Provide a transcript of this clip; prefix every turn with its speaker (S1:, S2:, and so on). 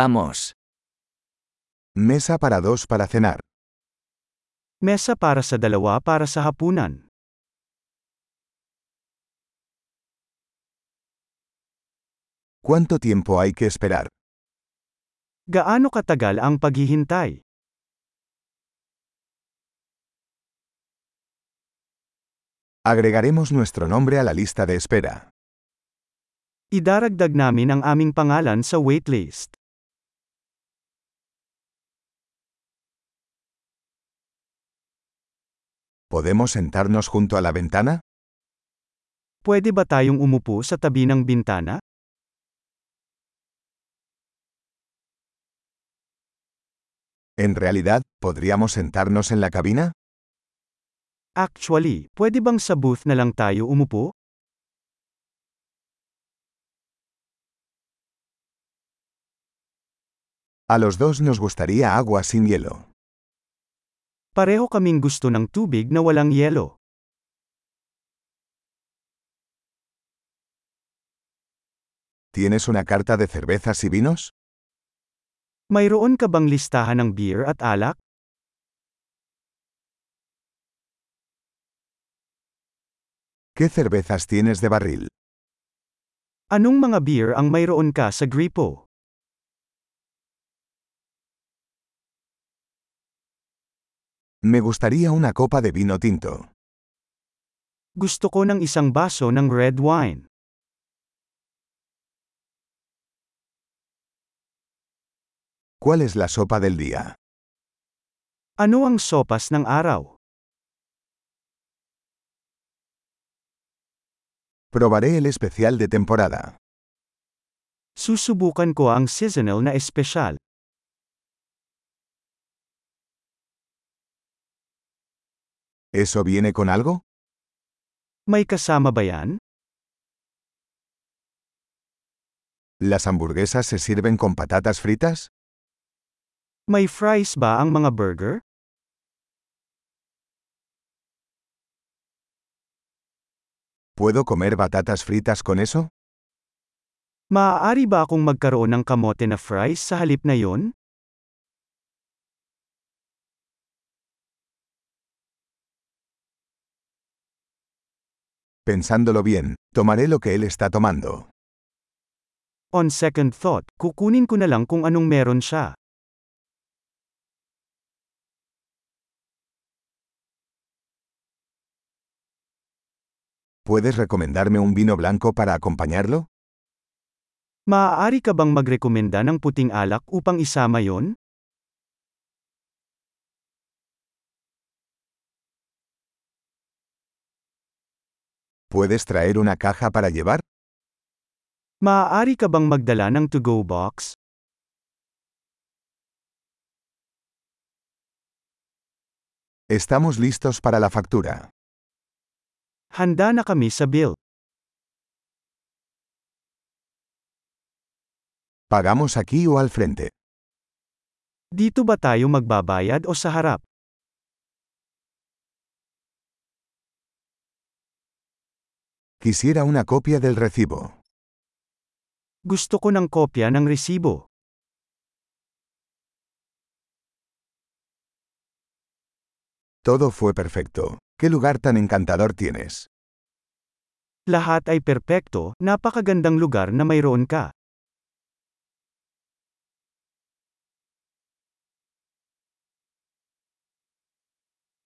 S1: Vamos.
S2: Mesa para dos para cenar.
S3: Mesa para sa dalawa para sa hapunan.
S2: ¿Cuánto tiempo hay que esperar?
S3: Gaano katagal ang paghihintay?
S2: Agregaremos nuestro nombre a la lista de espera.
S3: Idaragdag namin ang aming pangalan sa waitlist.
S2: ¿Podemos sentarnos junto a la ventana?
S3: Pwede ba tayong umupo sa tabi ng bintana?
S2: En realidad, ¿podríamos sentarnos en la cabina?
S3: Actually, pwede bang sa booth na lang tayo umupo?
S2: A los dos nos gustaría agua sin hielo.
S3: Pareho kaming gusto ng tubig na walang yelo.
S2: ¿Tienes una carta de cervezas y vinos?
S3: Mayroon ka bang listahan ng beer at alak?
S2: ¿Qué cervezas tienes de barril?
S3: Anong mga beer ang mayroon ka sa gripo?
S2: Me gustaría una copa de vino tinto.
S3: Gusto ko ng isang baso ng red wine.
S2: ¿Cuál es la sopa del día?
S3: Ano ang sopas ng araw?
S2: Probaré el especial de temporada.
S3: Susubukan ko ang seasonal na espesyal.
S2: ¿Eso viene con algo?
S3: May kasama ba yan?
S2: ¿Las hamburguesas se sirven con patatas fritas?
S3: May fries ba ang mga burger?
S2: ¿Puedo comer batatas fritas con eso?
S3: Maaari ba akong magkaroon ng kamote na fries sa halip na yon?
S2: Pensándolo bien, tomaré lo que él está tomando.
S3: On second thought, kukunin ko na lang kung anong meron siya.
S2: ¿Puedes recomendarme un vino blanco para acompañarlo?
S3: Maaari ka bang magrekomenda ng puting alak upang isama yon?
S2: ¿Puedes traer una caja para llevar?
S3: Maaari ka bang magdala ng to-go box?
S2: Estamos listos para la factura.
S3: Handa na kami sa bill.
S2: ¿Pagamos aquí o al frente?
S3: Dito ba tayo magbabayad o sa harap?
S2: Quisiera una copia del recibo.
S3: Gusto ko ng kopya ng resibo.
S2: Todo fue perfecto. ¿Qué lugar tan encantador tienes?
S3: Lahat ay perpekto, napakagandang lugar na mayroon ka.